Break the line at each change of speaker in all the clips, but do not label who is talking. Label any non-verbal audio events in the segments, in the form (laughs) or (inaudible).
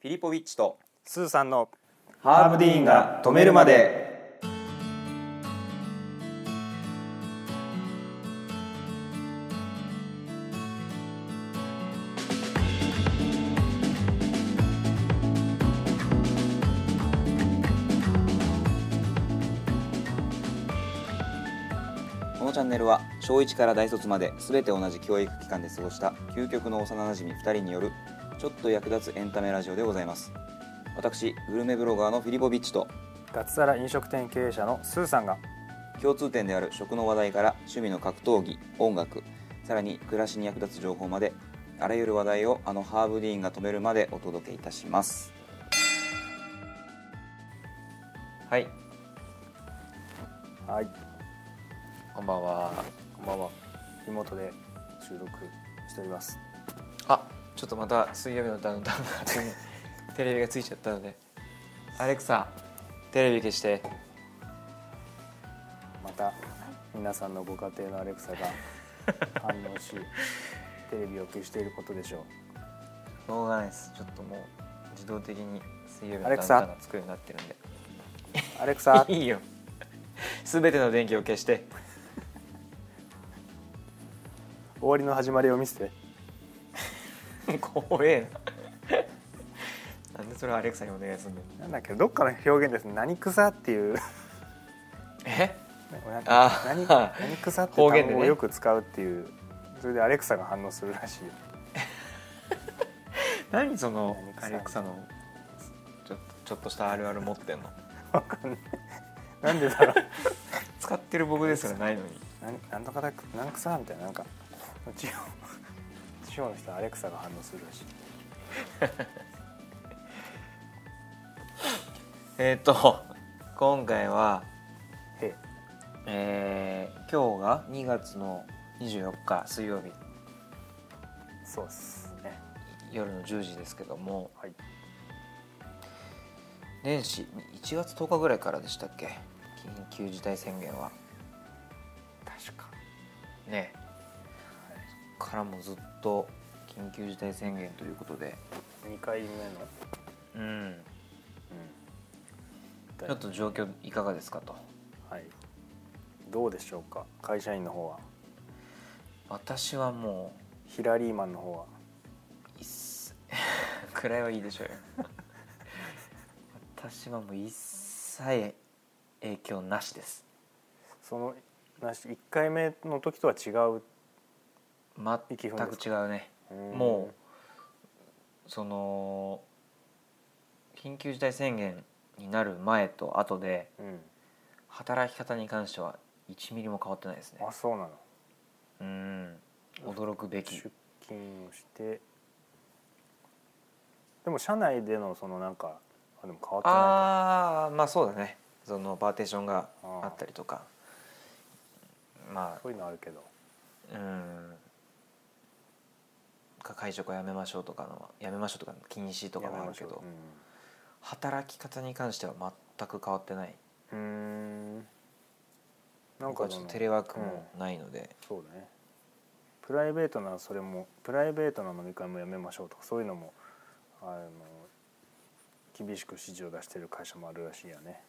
フィリポウィッチと
スーさんの
ハーブディーンが止めるまでこのチャンネルは小1から大卒まで全て同じ教育機関で過ごした究極の幼なじみ2人によるちょっと役立つエンタメラジオでございます私グルメブロガーのフィリポビッチと
脱サラ飲食店経営者のスーさんが
共通点である食の話題から趣味の格闘技音楽さらに暮らしに役立つ情報まであらゆる話題をあのハーブディーンが止めるまでお届けいたしますはい
はい
こんばんは。
こんばんはリモートで収録しております
あ、ちょっとまた水曜日のダウンタウンの後にテレビがついちゃったので、アレクサ、テレビ消して。
また皆さんのご家庭のア
(laughs)
レクサが反応しテレビを消していることでしょ
動画ないです。ちょっともう自動的に水曜日のダ
ア
ウ
レ
ン
ク
タ
サ
ウンがつくようになってるんで。
うアレクサ
いいよ。すべての電気を消して。
終わりの始まりを見せて
怖えな。なんでそれアレクサにお願いすんの。
なんだっけどっかの表現ですね何草っていう
え？
なん
あ
か
ー
何何草って
方言
単
で
語
ね
をよく使うっていうそれでアレクサが反応するらしいよ
何その
アレクサ
アレクサのちょっとちょっとしたあるある持ってんの。
わかんないなんでだろう
使ってる僕ですらないのに。
なんなんとかだなんくさみたいななんか地方地方の人はアレクサが反応するらしい
えっ、と (laughs) 今回は。
へ
えー今日が2月の24日水曜日
えそうっすね
夜の10時ですけども
はい
年始1月10日ぐらいからでしたっけ緊急事態宣言は
確か
ねからもずっと緊急事態宣言ということで
2回目の、
うん
うん、
ちょっと状況いかがですかと
はいどうでしょうか会社員の方は
私はも
ヒラリーマンの方は
ういっせ (laughs) 暗いはいいでしょうよ (laughs) 私はもう一切影響なしです
そのなし1回目の時とは違う、
全く
意気込みです
違うね
うん
もうその緊急事態宣言になる前と後で
う、ん、
働き方に関しては1ミリも変わってないですね
あそうなの
うん驚くべき
出勤をしてでも社内でのそのなんかあでも変わってないか
ああまあそうだねそのパーテーションがあったりとかま
そういうのあるけど
あうんか会食はやめましょうとかのはやめましょうとかの禁止とかもあるけど、働き方に関しては全く変わってない
うんうんなん
僕
か
は
で
ちょっ
も
とテレワークもないので、
そうだねプライベートなそれもプライベートな飲み会もやめましょうとかそういうのもあの厳しく指示を出してる会社もあるらしいよね、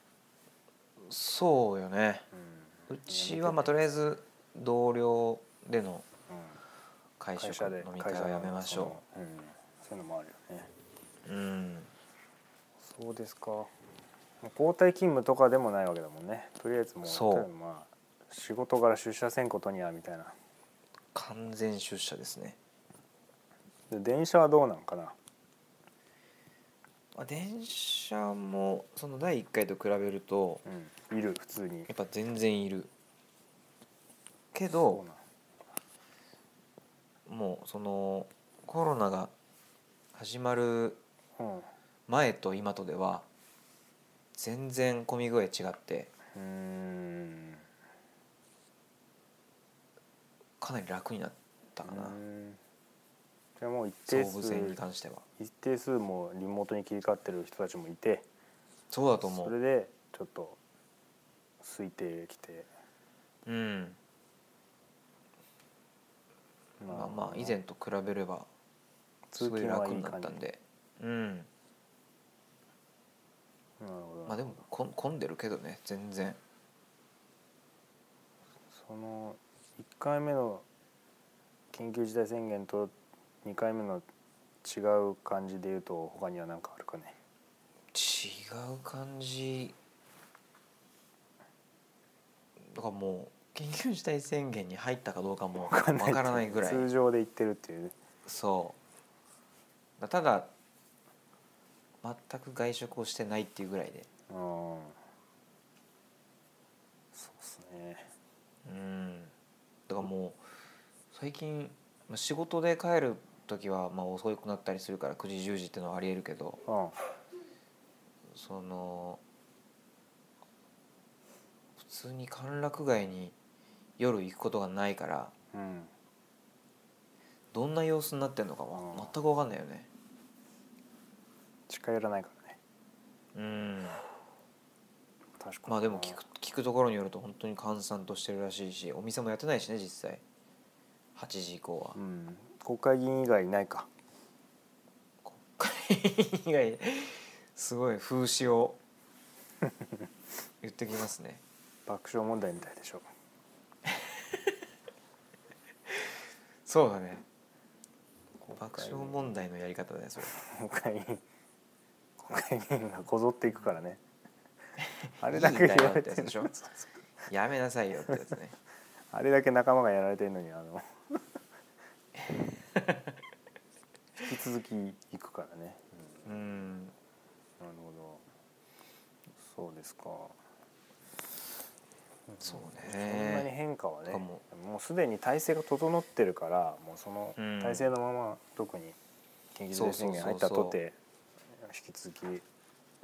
そうよね
うん
うちはまあとりあえず同僚での
うん
会食
会社
飲
で
み会はやめましょ
う、うん、そういうのもあるよね
ううん
そうですかもう交代勤務とかでもないわけだもんねとりあえずもう
そう
とりあえずまあ仕事から出社せんことにはみたいな
完全出社ですね
で電車はどうなんかな
まあ電車もその第1回と比べると
うんいる普通に
やっぱ全然いるけ
そ
ど
うなん
もうそのコロナが始まる
うんう
前と今とでは全然混み具合違って
ーん
かなり楽になったかな
うーんじゃあもう一定
総武
数
線に関しては
一定数もうリモートに切り替わってる人たちもいて
そうだと思
それ
う
でちょっと推定きて
うんまあまあ以前と比べればす
通
ごい
勤は
楽
いい
にな
感
っ
じ
たんでうんこん混んでるけどね全然
その1回目の緊急事態宣言と2回目の違う感じで言うと他には何かあるかね
違う感じだからもう緊急事態宣言に入ったかどうかもわからないぐらい
通常で言ってるっていう
そうだただ全く外食をしてないっていうぐらいで
うんそうですね
うんだからもう最近まあ仕事で帰る時はまあ遅くなったりするから9時10時ってのはありえるけど
うん
その普通に歓楽街に夜行くことがないから
うん
どんな様子になってんのかは
うん
全く分かんないよね
近寄らないからね
うん
確かに
まあでも聞く聞くところによると本当に閑散としてるらしいしお店もやってないしね実際8時以降は
うん国会議員以外いないか
以外すごい風刺を (laughs) 言ってきますね
爆笑問題みたいでしょ
そうだね
国会
爆笑問題のやり方だよそれ
国会議員国会議員がこぞっていくからねあれだけ (laughs) 言われ
(laughs)
て
いいんだよってやつ
る
でしょやめなさいよってやつね
(laughs) あれだけ仲間がやられてるのにあの (laughs) 引き続き行くからね、
うん
うん、なるほどそうですか、
そう
そんなに
ね
変化はね
とかも
もうすでに体制が整ってるからもうその
うん
体制のまま特に緊急事態宣言入ったとて引き続き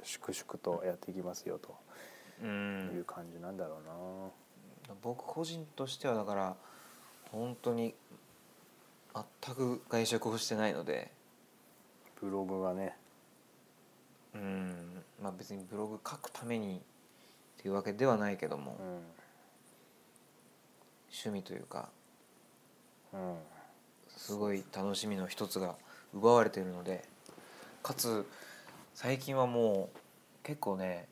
粛々とやっていきますよ
う
というん感じなんだろうな、
僕個人としてはだから本当に全く外食をしてないので
ブログがね
うんまあ別にブログ書くためにっていうわけではないけども、趣味というか
うん、うん、
すごい楽しみの一つが奪われているのでかつ最近はもう結構ね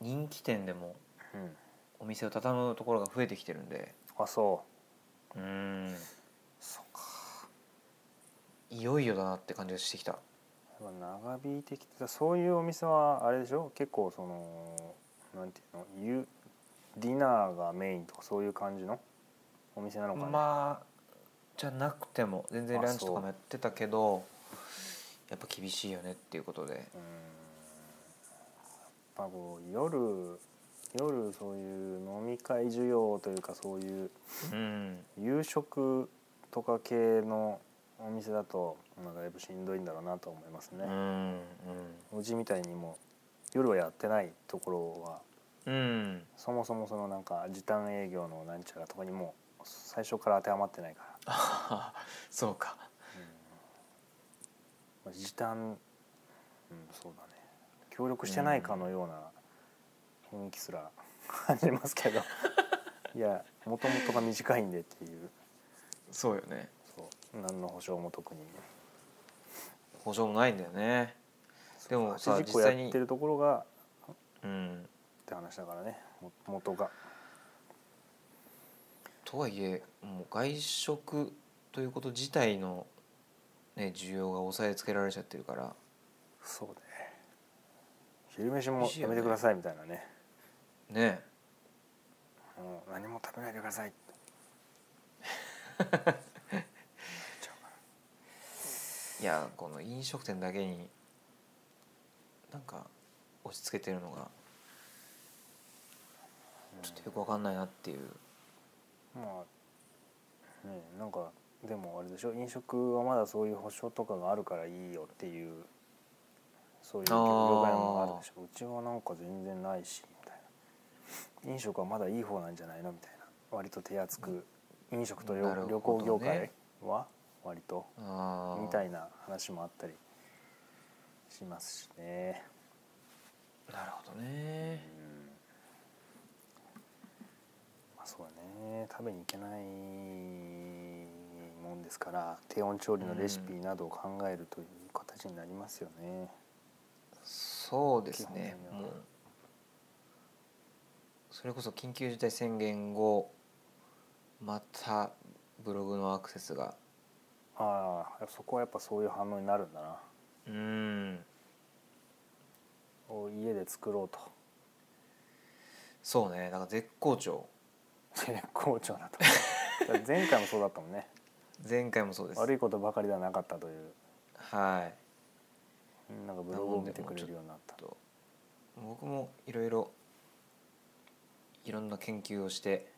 人気店でも
うん、
お店を畳むところが増えてきてるんで
あそう
ーんそっかいよいよだなって感じがしてきた
うやっぱ長引いてきてそういうお店はあれでしょ結構そのなんていうのゆディナーがメインとかそういう感じのお店なのかな、
まあじゃなくても全然
あ
ランチと
そ
か
う
もやってたけどやっぱ厳しいよねっていうことで
うーんやっぱこう夜夜そういう飲み会需要というかそういう
うん
夕食とか系のお店だと、まあ、だいぶしんどいんだろうなと思います
う
ね、
ん
うちみたいにもう夜はやってないところは
うんうん
そもそもそのなんか時短営業のなんちゃらとかにも最初から当てはまってないから、
そうか
まあ時短うんそうだね協力してないかのような雰囲気すら (laughs) 感じます
(laughs)
けどいやもともとが短いんでっていう
そうよね
そう何の保証も特に
保証もないんだよねでもさ
8時以降
実際に
やってるところが
うん
って話だからねも元が
とはいえもう外食ということ自体の、ね、需要が抑えつけられちゃってるから
そうね昼飯もやめてくださいみたいなね
ね
もう何も食べないでください。
いやこの飲食店だけになんか押し付けてるのがちょっとよくわかんないなっていう
まあねえなんかでもあれでしょ飲食はまだそういう保証とかがあるからいいよっていうそういう業
あー
界もあるでしょうちはなんか全然ないしみたいな飲食はまだいい方なんじゃないのみたいな割と手厚く飲食と旅,、
なるほどね
旅行業界は割と
あー
みたいな話もあったりしますしね。
なるほどね
うんまあそうだね食べに行けないもんですから低温調理のレシピなどを考えるという形になりますよね、
そうですね
基本的には
もうそれこそ緊急事態宣言後またブログのアクセスが
ああそこはやっぱそういう反応になるんだな
うーん
お家で作ろうと
そうねだから絶好調
絶好調だと
(laughs)
だから前回もそうだったもんね
前回もそうです
悪いことばかりではなかったという
はい
みんながブログを見てくれるようになった
と僕もいろいろいろんな研究をして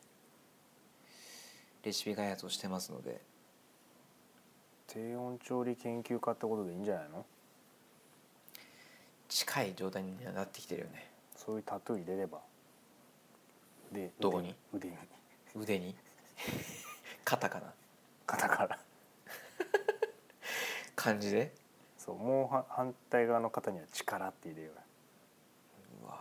レシピ開発をしてますので
低温調理研究家ってことでいいんじゃないの
近い状態にはなってきてるよね
そういうタトゥー入れればで
どこに
腕に
腕に (laughs) 肩かな
肩から
感じで
そうもうは反対側の肩には力って入れよう
うわ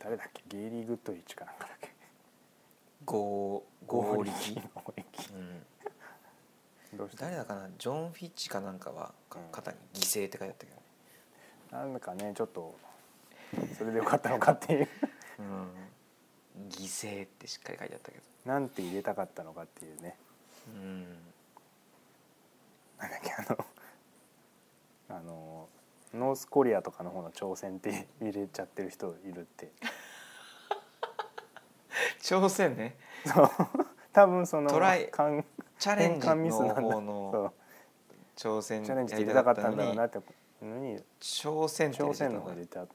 ー
誰だっけゲイリー・グッドウィッチかなんかだっけ
合合力、
合力
うん、
どうした
誰だかなジョン・フィッチかなんかはか
うん
肩に「犠牲」って書いてあったけどね、
なんだかねちょっとそれでよかったのかっていう
うん、犠牲ってしっかり書いてあったけど、
なんて入れたかったのかっていうね
うん、
なんだっけあのあのノースコリアとかの方の挑戦って入れちゃってる人いるって
朝鮮ね
そう多分その
トライ
かん
チャレンジの
変換ミスなんだ
方
そ
の
う
朝鮮
チャレンジって
やり
入れたか
かっ
っ
た
たんだろ
の
う
に
なってのに
朝鮮って入れちゃ
朝
っ
鮮
た
の
の
方
が
入れた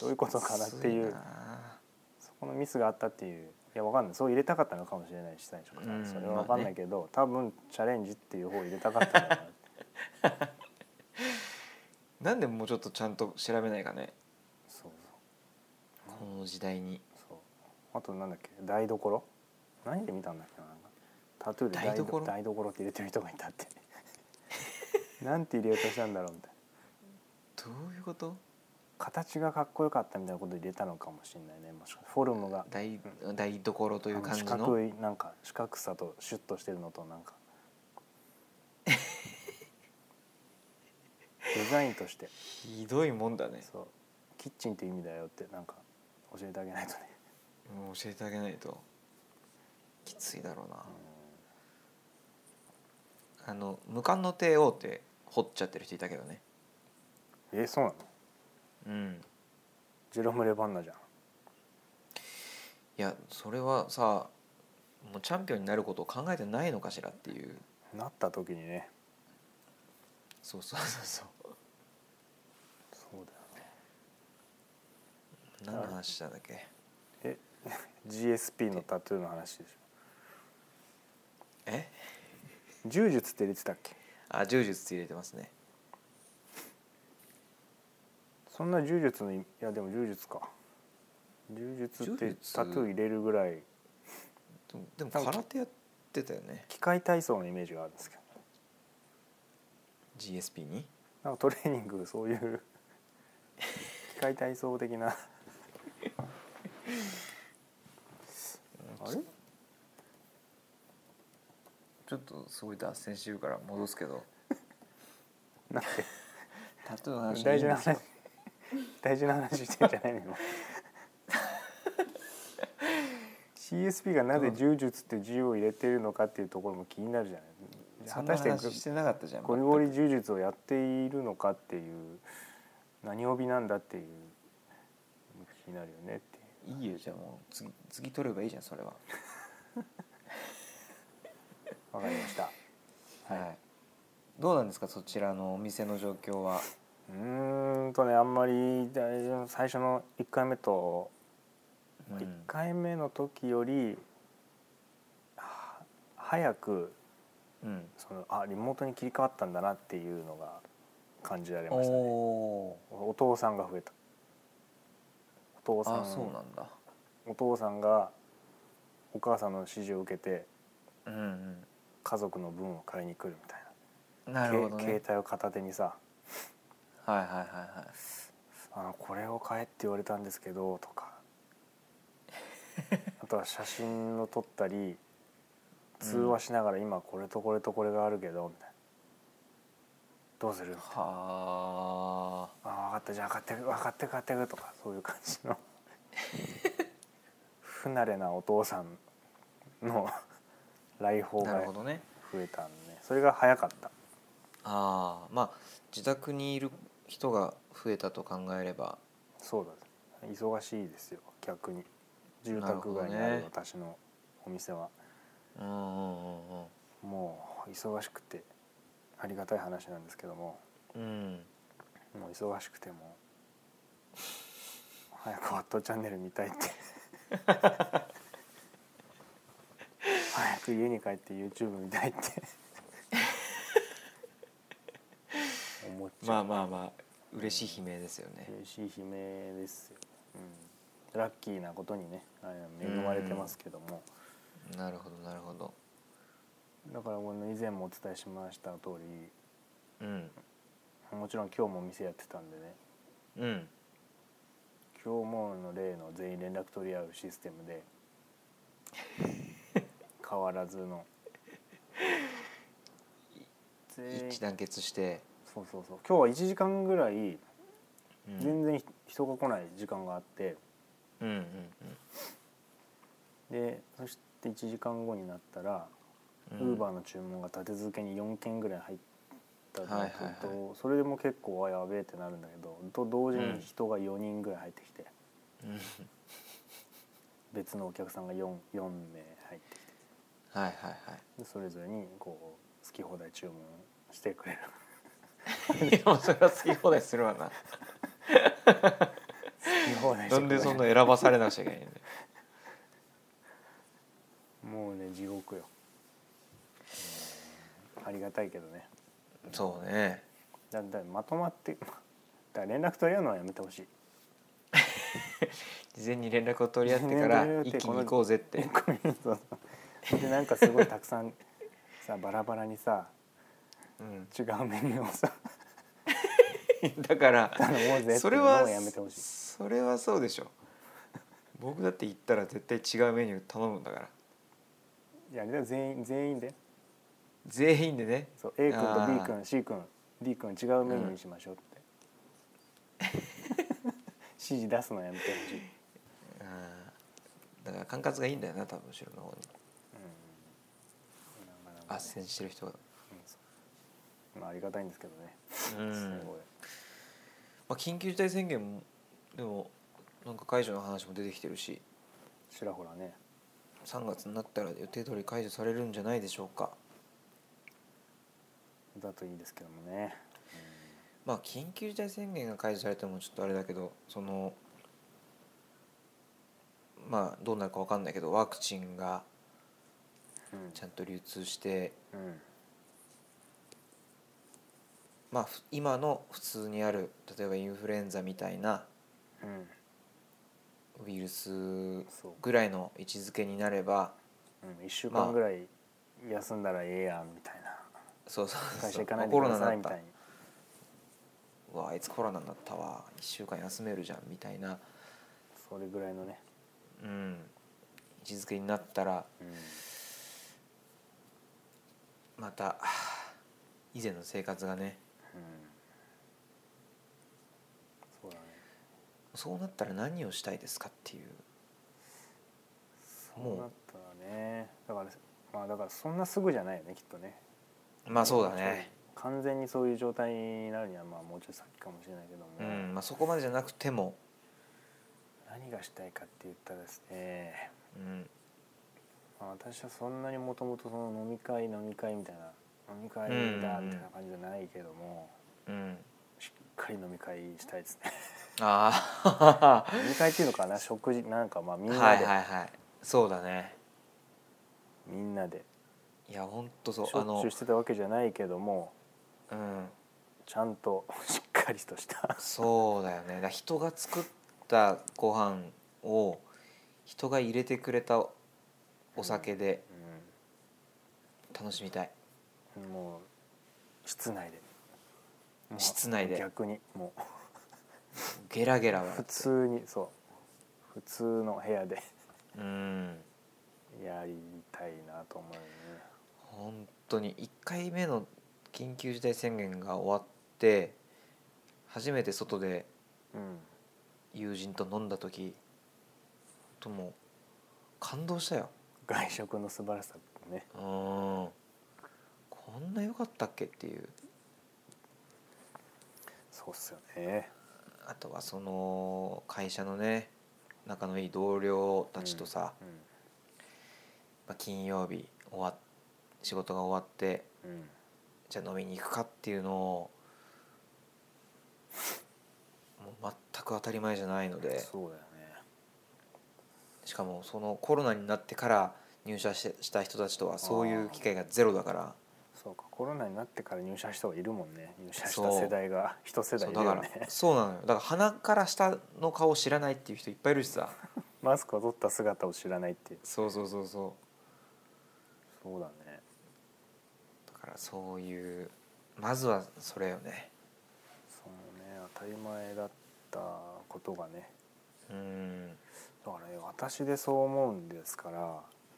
どういうことかなってい
きつ
う
な
そこのミスがあったっていういやわかんないそう入れたかったのかもしれないし最初から、
うん
それはわかんないけど、多分チャレンジっていう方入れたかったんだろうなって
なんでもうちょっとちゃんと調べないかね
そうそう
この時代に
そうあとなんだっけ台所何で見たんだっけななんかタトゥーで台
台所
所台所って入れてる人がいたってなんて入れようとしたんだろうみたいな
どういうこと
形がかっこよかったみたいなこと入れたのかもしれないねもしかしてフォルムが
台台所という感じ
あの四角
の
いなんか四角さとシュッとしてるのとなん (laughs) かデザインとして
ひどいもんだね
そうキッチンって意味だよってなんか教えてあげないとね、
もう教えてあげないときついだろうなあの無冠の帝王って掘っちゃってる人いたけどね
えそうなの
うん
ジェロム・レバンナじゃん
いやそれはさもうチャンピオンになることを考えてないのかしらっていう
なった時にね
そうそうそうそ
そうだ
う
よね
何の話したんだっけ
GSP のタトゥーの話でし
え
ょ柔術って入れてたっけ
あ柔術って入れてますね
そんな柔術のいやでも柔術か柔術っ
柔
て
術
タトゥー入れるぐらい
でもでも空手やってたよね
機械体操のイメージがあるんですけど
GSP に
なんかトレーニングそういう機械体操的なあれ
ちょっとすごい脱線してるから戻すけど
なんで
タトゥーの話
大
いい
事
ん
な
ですよ
話大事な話してんじゃないの今 CSP がなぜ柔術っていう字を入れてるのかっていうところも気になるじゃない
そ
果
んな
たして
話してなかったじゃん
ゴリ
全く
ゴリ柔術をやっているのかっていう何帯なんだっていう気になるよねっていう
いいよじゃあもう次次取ればいいじゃんそれは
わかりました
はい、どうなんですかそちらのお店の状況は
うーんとねあんまり大丈夫最初の1回目と
うん
1回目の時よりは早く
うん
そのあリモートに切り替わったんだなっていうのが感じられましたね
おー
お父さんが増えたお父さ
あそうんなんだ
お父さんがお母さんの指示を受けて
うん
家族の分を買いに来るみたい
うん
な
なるほど
け
ね
携帯を片手にさ
はいはいはいはい
「あのこれを買えって言われたんですけど」
(laughs)
とかあとは写真を撮ったり通話しながら「今これとこれとこれがあるけど」みたいなどうする
は
あ分かったじゃあ買ってく分かって買ってくとかそういう感じ
(laughs)
の不慣れなお父さんの (laughs) 来訪
あな
が
るほどね
増えたんで、ね、それが早かった
ああまあ自宅にいる人が増えたと考えれば
そうだ忙しいですよ逆に住宅街にあ
な
る
るほ
私のお店は、
うんうんうん
もう忙しくてありがたい話なんですけども
うんうん
もう忙しくてもう早く「ワットチャンネル」見 (laughs) たいって早く家に帰って YouTube 見たいって思っち
ま
ゃ
あ
う、
まあまあ嬉しい悲鳴ですよね
嬉しい悲鳴ですよ、うん、ラッキーなことにねあれ恵まれてますけども、
なるほどなるほど
だからこの以前もお伝えしました通り
うん
もちろん今日もお店やってたんでね
うん
今日もの例の全員連絡取り合うシステムで変わらずの全員
一致団結して
そうそうそう今日は1時間ぐらい
うん
全然ひ人が来ない時間があって、
うんうん
でそして1時間後になったら
う
ウ
んうん
ーバーの注文が立て続けに4件ぐらい入ったのと、
はいはいは
それでも結構あやべえってなるんだけどと同時に人が4人ぐらい入ってきて、
うん
別のお客さんが 4, 4名入ってきて
はいはいはい
でそれぞれにこう好き放題注文してくれる
い (laughs) やもうそれは好き放題するわ (laughs) な
好き放
(laughs) な
題してくれる
んでそんな選ばされなくちゃいけないんだよ
もうね地獄ようんありがたいけどね
そうね
だだまとまってだから連絡取り合うのはやめてほしい
事前に連絡を取り合ってから
事前に連絡を取り合って
一気に行こうぜって
(laughs) ごめんそうそうでなんかすごいたくさんさバラバラにさ
うん
違うメニューをさ
だから (laughs)
頼もうぜって
そ
いう
れ
のは
は
やめてほしい
それはそうでしょ (laughs) 僕だって行ったら絶対違うメニュー頼むんだから
いやあれだよ全員全員で
全員でね
そう A 君と
あー
B 君 C 君 D 君違うメニューにしましょうって、 (laughs) 指示出すのやめてほしい、
あーだから管轄がいいんだよな多分後ろの方に
うん、なかなかね
斡旋してる人が、
うんそうまあありがたいんですけどね、
うん
す
ま
ごい
あ、緊急事態宣言もでもなんか解除の話も出てきてるし
ちらほらね
3月になったら予定通り解除されるんじゃないでしょうか
だといいですけどもね、
まあ緊急事態宣言が解除されてもちょっとあれだけどそのまあどうなるかわかんないけどワクチンが
うんうん
ちゃんと流通して
うん
まあふ今の普通にある例えばインフルエンザみたいな
うん
ウイルス
そう
ぐらいの位置づけになれば
うん、1週間ぐらい休んだらええやんみたいな、
そうそう
会
そ
社
う
行かない
あ
で
コ
く
ロナ
だ
になっ
さいみ
た
たいに
うわあいつコロナになったわ1週間休めるじゃんみたいな、
それぐらいのね、
うん、位置づけになったら
うん、
またはあ以前の生活がね
そうだね
そうなったら何をしたいですかっていう
そうなったらねだからまあだからそんなすぐじゃないよねきっとね
まあそうだね
完全にそういう状態になるにはまあもうちょい先かもしれないけども、
うんまあそこまでじゃなくても、
何がしたいかって言ったらですね、
うん、
まあ、私はそんなにもともとその飲み会飲み会みたいな飲み会だみたいな感じじゃないけども、
うん、
しっかり飲み会したいですね (laughs)
ああ
飲み会っていうのかな食事なんかまあみんな
はい
で、
はいはいそうだね
みんなで
いやほんとそう
し
あ
ょっ
の
ちゅうしてたわけじゃないけども
うん
ちゃんと (laughs) しっかりとした
そうだよねだから人が作ったご飯を人が入れてくれたお酒で楽しみたい、
うんもう室内でもう
室内で
逆にもう
ゲラゲラ笑
普
って
通にそう普通の部屋で
うん
やりたいなと思うよね
本当に1回目の緊緊急事態宣言が終わって初めて外で
うん
友人と飲んだ時とも感動したよ
外食の素晴らしさね
うんこんな良かったっけっていう
そうっすよね
あとはその会社のね仲のいい同僚たちとさ、まあ金曜日終わっ仕事が終わって
うん、うん
じゃあ飲みに行くかっていうのをもう全く当たり前じゃないので
そうだよね
しかもそのコロナになってから入社してした人たちとはそういう機会がゼロだから
そうかコロナになってから入社した人がいるもんね入社し
そ
た
う
世代が一世
そ
代
う
い
だ
る
か
よ
ら
ね
そうなのよだから鼻から下の顔を知らないっていう人いっぱいいるしさ
マスクを取った姿を知らないってい
(laughs)
う
そうそうそうそ
そうだね
うだからそういうまずはそれよね
そうね当たり前だったことがね
うん
だからね私でそう思うんですから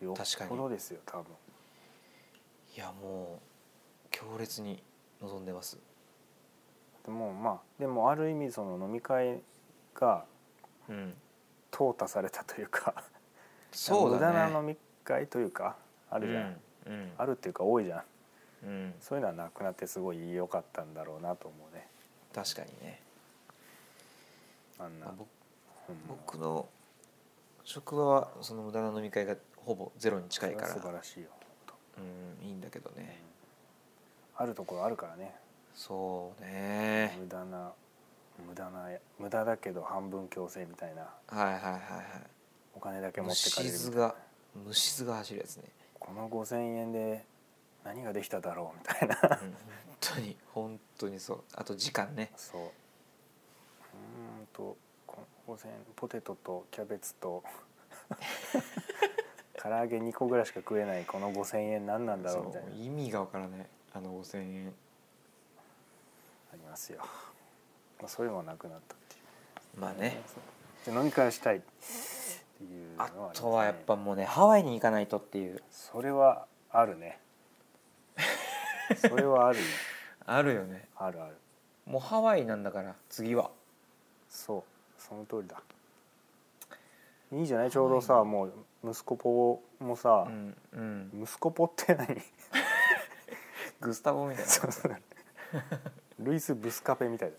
よ
確かに
っぽどですよ多分
いやもう強烈に望んでます
でもまあでもある意味その飲み会が
うん
淘汰されたというか
そうだね
無駄な飲み会というかあるじゃん、
うんうん
あるっていうか多いじゃん
うん、
そういうのはなくなってすごい良かったんだろうなと思うね
確かにね、
あんな、
まあ、僕
うん
僕の職場はその無駄な飲み会がほぼゼロに近いから
それは素晴らしいよ、
うんいいんだけどね
あるところあるからね
そうね
無駄な無駄な無駄だけど半分強制みたいな
はいはいはいはい
お金だけ持ってかれ
虫
る
図
みたいな
が虫図が走るやつ
(laughs)
ね、
この5,000円で何ができただろうみた
(laughs)
いな
うん、本当に本当にそうあと時間ね
そううーんとこの5,000円ポテトとキャベツ
(laughs)
と唐揚げ2個ぐらいしか食えないこの5,000円何なんだろうみたいな
そう意味がわからないあの5000円
ありますよ、まあ、そういうのはなくなったっていう
まあね
そうで飲み会をしたいっていうのは
あ
りますね
とはやっぱもうねハワイに行かないとっていう
それはあるねそれはあるね
あるよね
あるある
もうハワイなんだから次は
そうその通りだいいじゃないちょうどさもう息子ポもさ
う、んうん
息子ポっ
(laughs)
て何
グスタボみ (laughs) たいな
そうそうルイス・ブスカペみたい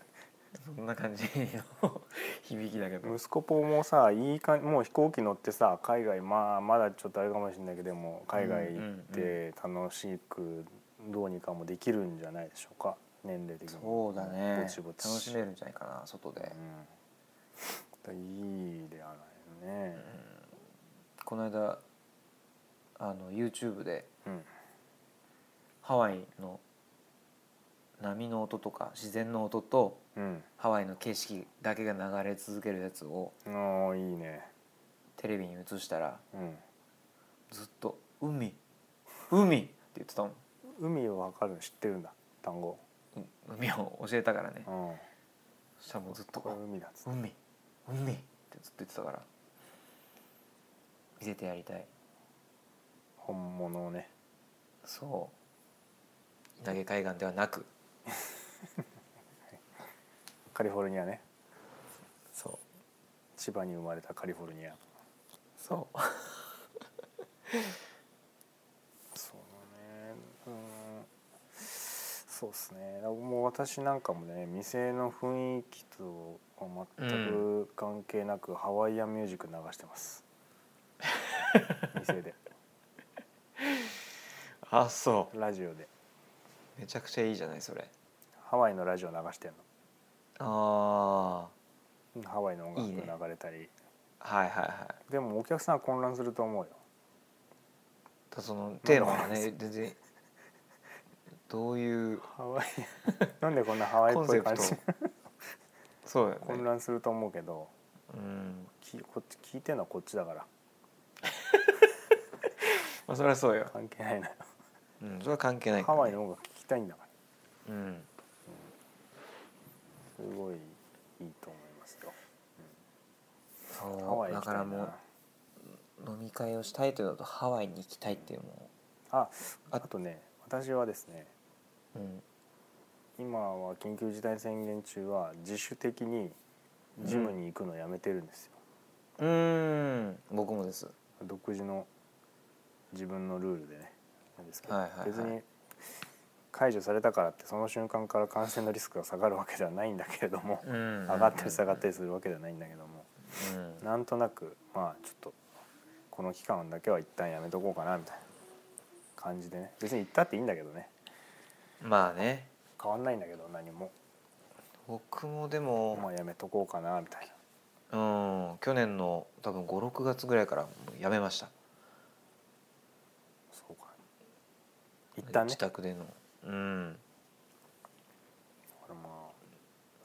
そんな感じの (laughs) 響きだけ
だ
ど
息子ポもさいいかもう飛行機乗ってさ海外まあまだちょっとあれかもしれないけどでも海外行って楽しくどうにかもできるんじゃないでしょうか年齢的に
そうだね
ぼちぼち
楽しめるんじゃないかな外で、
うん、いいではないよね、
この間あの YouTube で
うん
ハワイの波の音とか自然の音と
うん
ハワイの景色だけが流れ続けるやつを
ああいいね
テレビに映したら
うん
ずっと「海海!」って言ってたもん
海をわかる知ってるんだ単語
うん海を教えたからね
うん
そしたらもうずっと
これ海だっつ
「
っ
海海!」ってずっと言ってたから見せてやりたい
本物をね
そう投げ海岸ではなく
カリフォルニアね
そう
千葉に生まれたカリフォルニア
そう
そうだねうんそうっすねだからもう私なんかもね店の雰囲気とは全く関係なく、ハワイアンミュージック流してます店で
あそ
ラジオで
うめちゃくちゃいいじゃないそれ
ハワイのラジオ流してんの
あ
うんハワイの音楽
いいね
流れたり
あはいはいはい
でもお客さんは混乱すると思うよ
ただそのテーマが
まあ
ね全然どういう
ハワイ (laughs) なんでこんなハワイっ
コン
ぽ
セ
い
プ
感
ト
じ
そうだよね
混乱すると思うけど
うん
きこっち聞いてるのはこっちだから
まあそれはそうよ、
関係ないな
うん、それは関係ないか
ハ
らね
ワイの音楽聞きたいんだから
うん
すごいいいと思いますよハ
そ
ワ
う
イ
だ
行き
か
た
ら
い
もう
な
飲み会をしたいというのとハワイに行きたいっていうも
ああとね私はですね
う、うん、
今は緊急事態宣言中は自主的にジムに行くのやめてるんですよ、
うーん僕もです
独自の自分のルールでねなんですけど、
はいはいはい
別に解除されたからってその瞬間から感染のリスクが下がるわけではないんだけれども、
上
上がったり下がった
り、
りするわけではないんだけども、
うん
なんとなくまあちょっとこの期間だけは一旦やめとこうかなみたいな感じでね別に行ったっていいんだけどね
まあね
変わんないんだけど何も
僕もでも、
まあやめとこうかなみたいな
うん去年の多分56月ぐらいからもうやめました
そうか一旦ね
自宅でのうん
だからまあ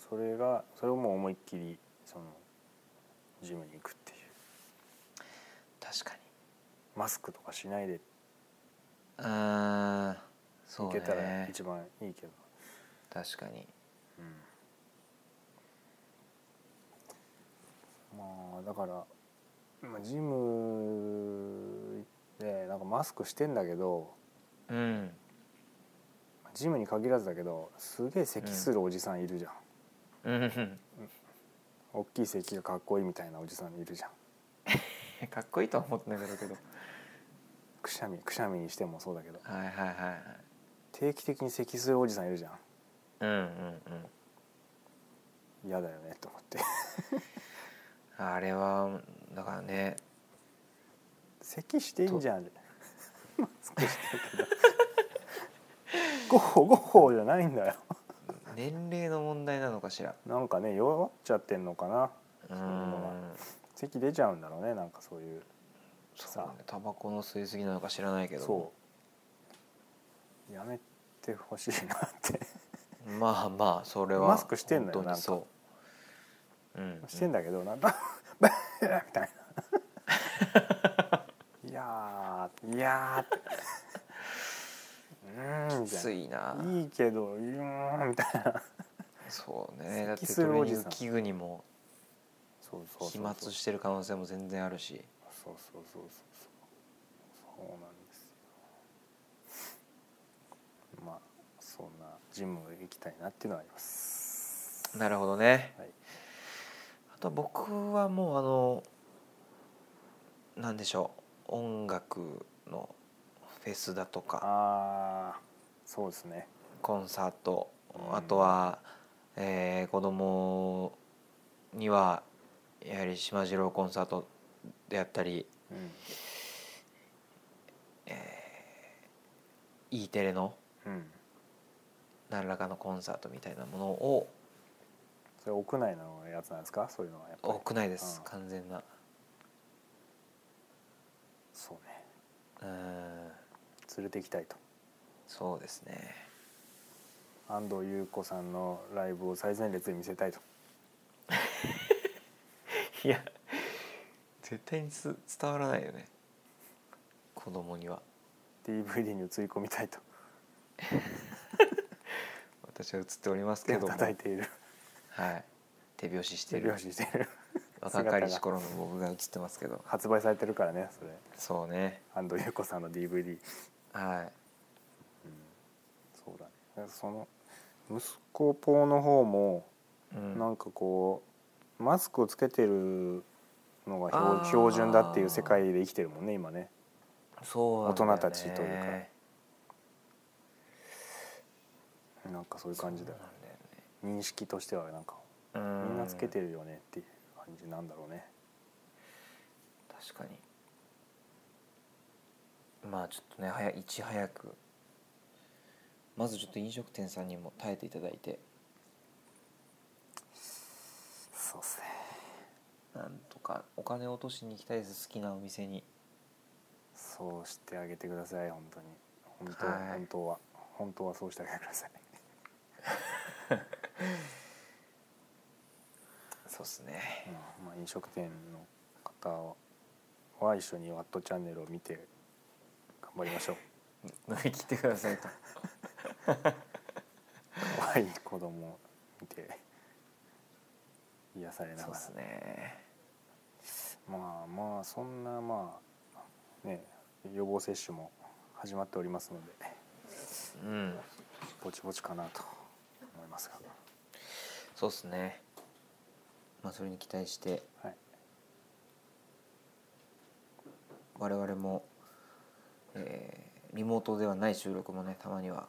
それがそれをもう思いっきりそのジムに行くっていう
確かに
マスクとかしないで
あーそ
行
う
けたら
ね
一番いいけど
確かに
うんまあだから、まあ、ジムでなんかマスクしてんだけど
うん
ジムに限らずだけどすげえ咳するおじさんいるじゃん、
うん (laughs)
大きい咳がかっこいいみたいなおじさんいるじゃん
かっこいいとは思ってないだろうけど
くしゃみくしゃみにしてもそうだけど
はいはいはいはい
定期的に咳するおじさんいるじゃん
うんうんうん
嫌だよねと思って
あれはだからね
咳してんじゃんマスクしてるけどゴッホゴッホじゃないんだよ
年齢の問題なのかしら
なんかね弱っちゃってんのか
う
な
ん
咳出ちゃうんだろうねなんかそういう
そうねタバコの吸い過ぎなのか知らないけど
そうやめてほしいなって
まあまあそれは
マスクしてんのよ
本当にそう、うん
してん
だ
だけどなんかみたいないやーいやーってうーん
(laughs)
み
き
た
つ
い
いな
ないいけどうーんみたいな
そうねだって
咳
ト
す
レ
るお
ー
じ
ニ
さん
ング器具にも
そうそうそう
飛沫
そう
してる可能性も全然あるし
そうそうそうそうそうなんですよまあそんなジム行きたいなっていうのはあります
なるほどね
はい
あと僕はもうあのなんでしょう音楽のフェスだとか
ああそうですね
コンサート、
うん
あとは、えー子供にはやはり島次郎コンサートであったり
うん、
E テレの
うん、
何らかのコンサートみたいなものを
それ屋内のやつなんですかそういうのはやっぱり
屋内です、
うん
完全な
そう
う
ね
ん
連れて行きたいと
そうですね
安藤優子さんのライブを最前列で見せたいと
(laughs) いや絶対につ伝わらないよね子供には
DVD に映り込みたいと
私は映っておりますけ
手を
ども、
叩いている
はい、手拍子して
手
る
(laughs) 拍子している
若かりし頃の僕が映ってますけど
発売されてるからねそれ
そうね
安藤優子さんの DVD、うん、
はい
そうだねだからその息子ポーの方も
うん
なんかこうマスクをつけてるのが
あー
標標準だっていう世界で生きてるもんね今ね
そうなんだよね
大人たちというかなんかそういう感じだよ認識としてはなんか
そうなんだよね
みんなつけて
る
るよねっていう感じなんだろうね
確かにまあちょっとね早いち早くまずちょっと飲食店さんにも耐えていただいて
そうっすね
なんとかお金を落としに行きたいです好きなお店に
そうしてあげてください本当に本当,、
はい
本当は本当はそうしてあげてください
そうですね (laughs)
うんまあ、飲食店の方は一緒に「ワットチャンネル」を見て頑張りましょう
乗り切ってください (laughs) と
可愛い子供を見て癒されな
そう
が
で
ら
すね
まあまあそんなまあね予防接種も始まっておりますので
うん
ぼちぼちかなとますが
そうですねまあそれに期待して
はい
我々も、えーリモートではない収録もねたまには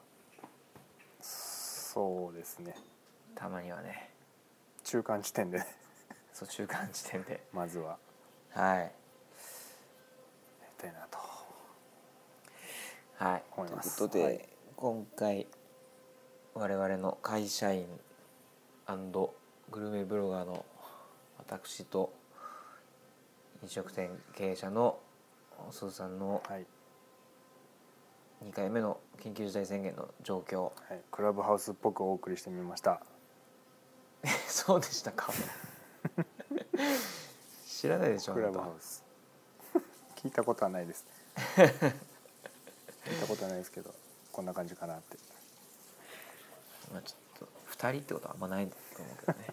そうですね
たまにはね
中間地点で
そう中間地点で
まずは
はい
やりたいなと
はい
思います
ということで、
はい
今回我々の会社員グルメブロガーの私と飲食店経営者の鈴さんの
はい、
2回目の緊急事態宣言の状況 (laughs)
はい、クラブハウスっぽくお送りしてみました
そうでした
(laughs)
か知らないでしょあ
クラ
な
ブ
た
ハウス (laughs) 聞いたことはないです
(laughs)
聞いたことはないですけどこんな感じかなって
まあちょっと2人ってことはあんまないと思うけどね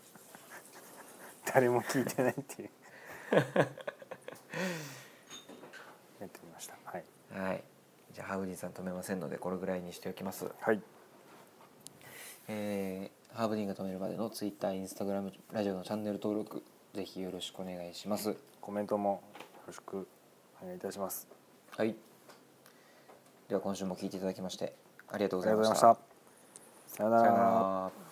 誰も聞いてないって (laughs) いうやってみましたはい (laughs)
はいじゃあハウリーさん止めませんのでこれぐらいにしておきます
はい
えーハーブディンが止めるまでのツイッター、インスタグラム、ラジオのチャンネル登録、ぜひよろしくお願いします。
コメントもよろしくお願いいたします
はい。では今週も聞いていただきましてありがとう
あ
ご
り
ざいま
がとうござい
し
ま
た。
したさような
さような
ら
ら。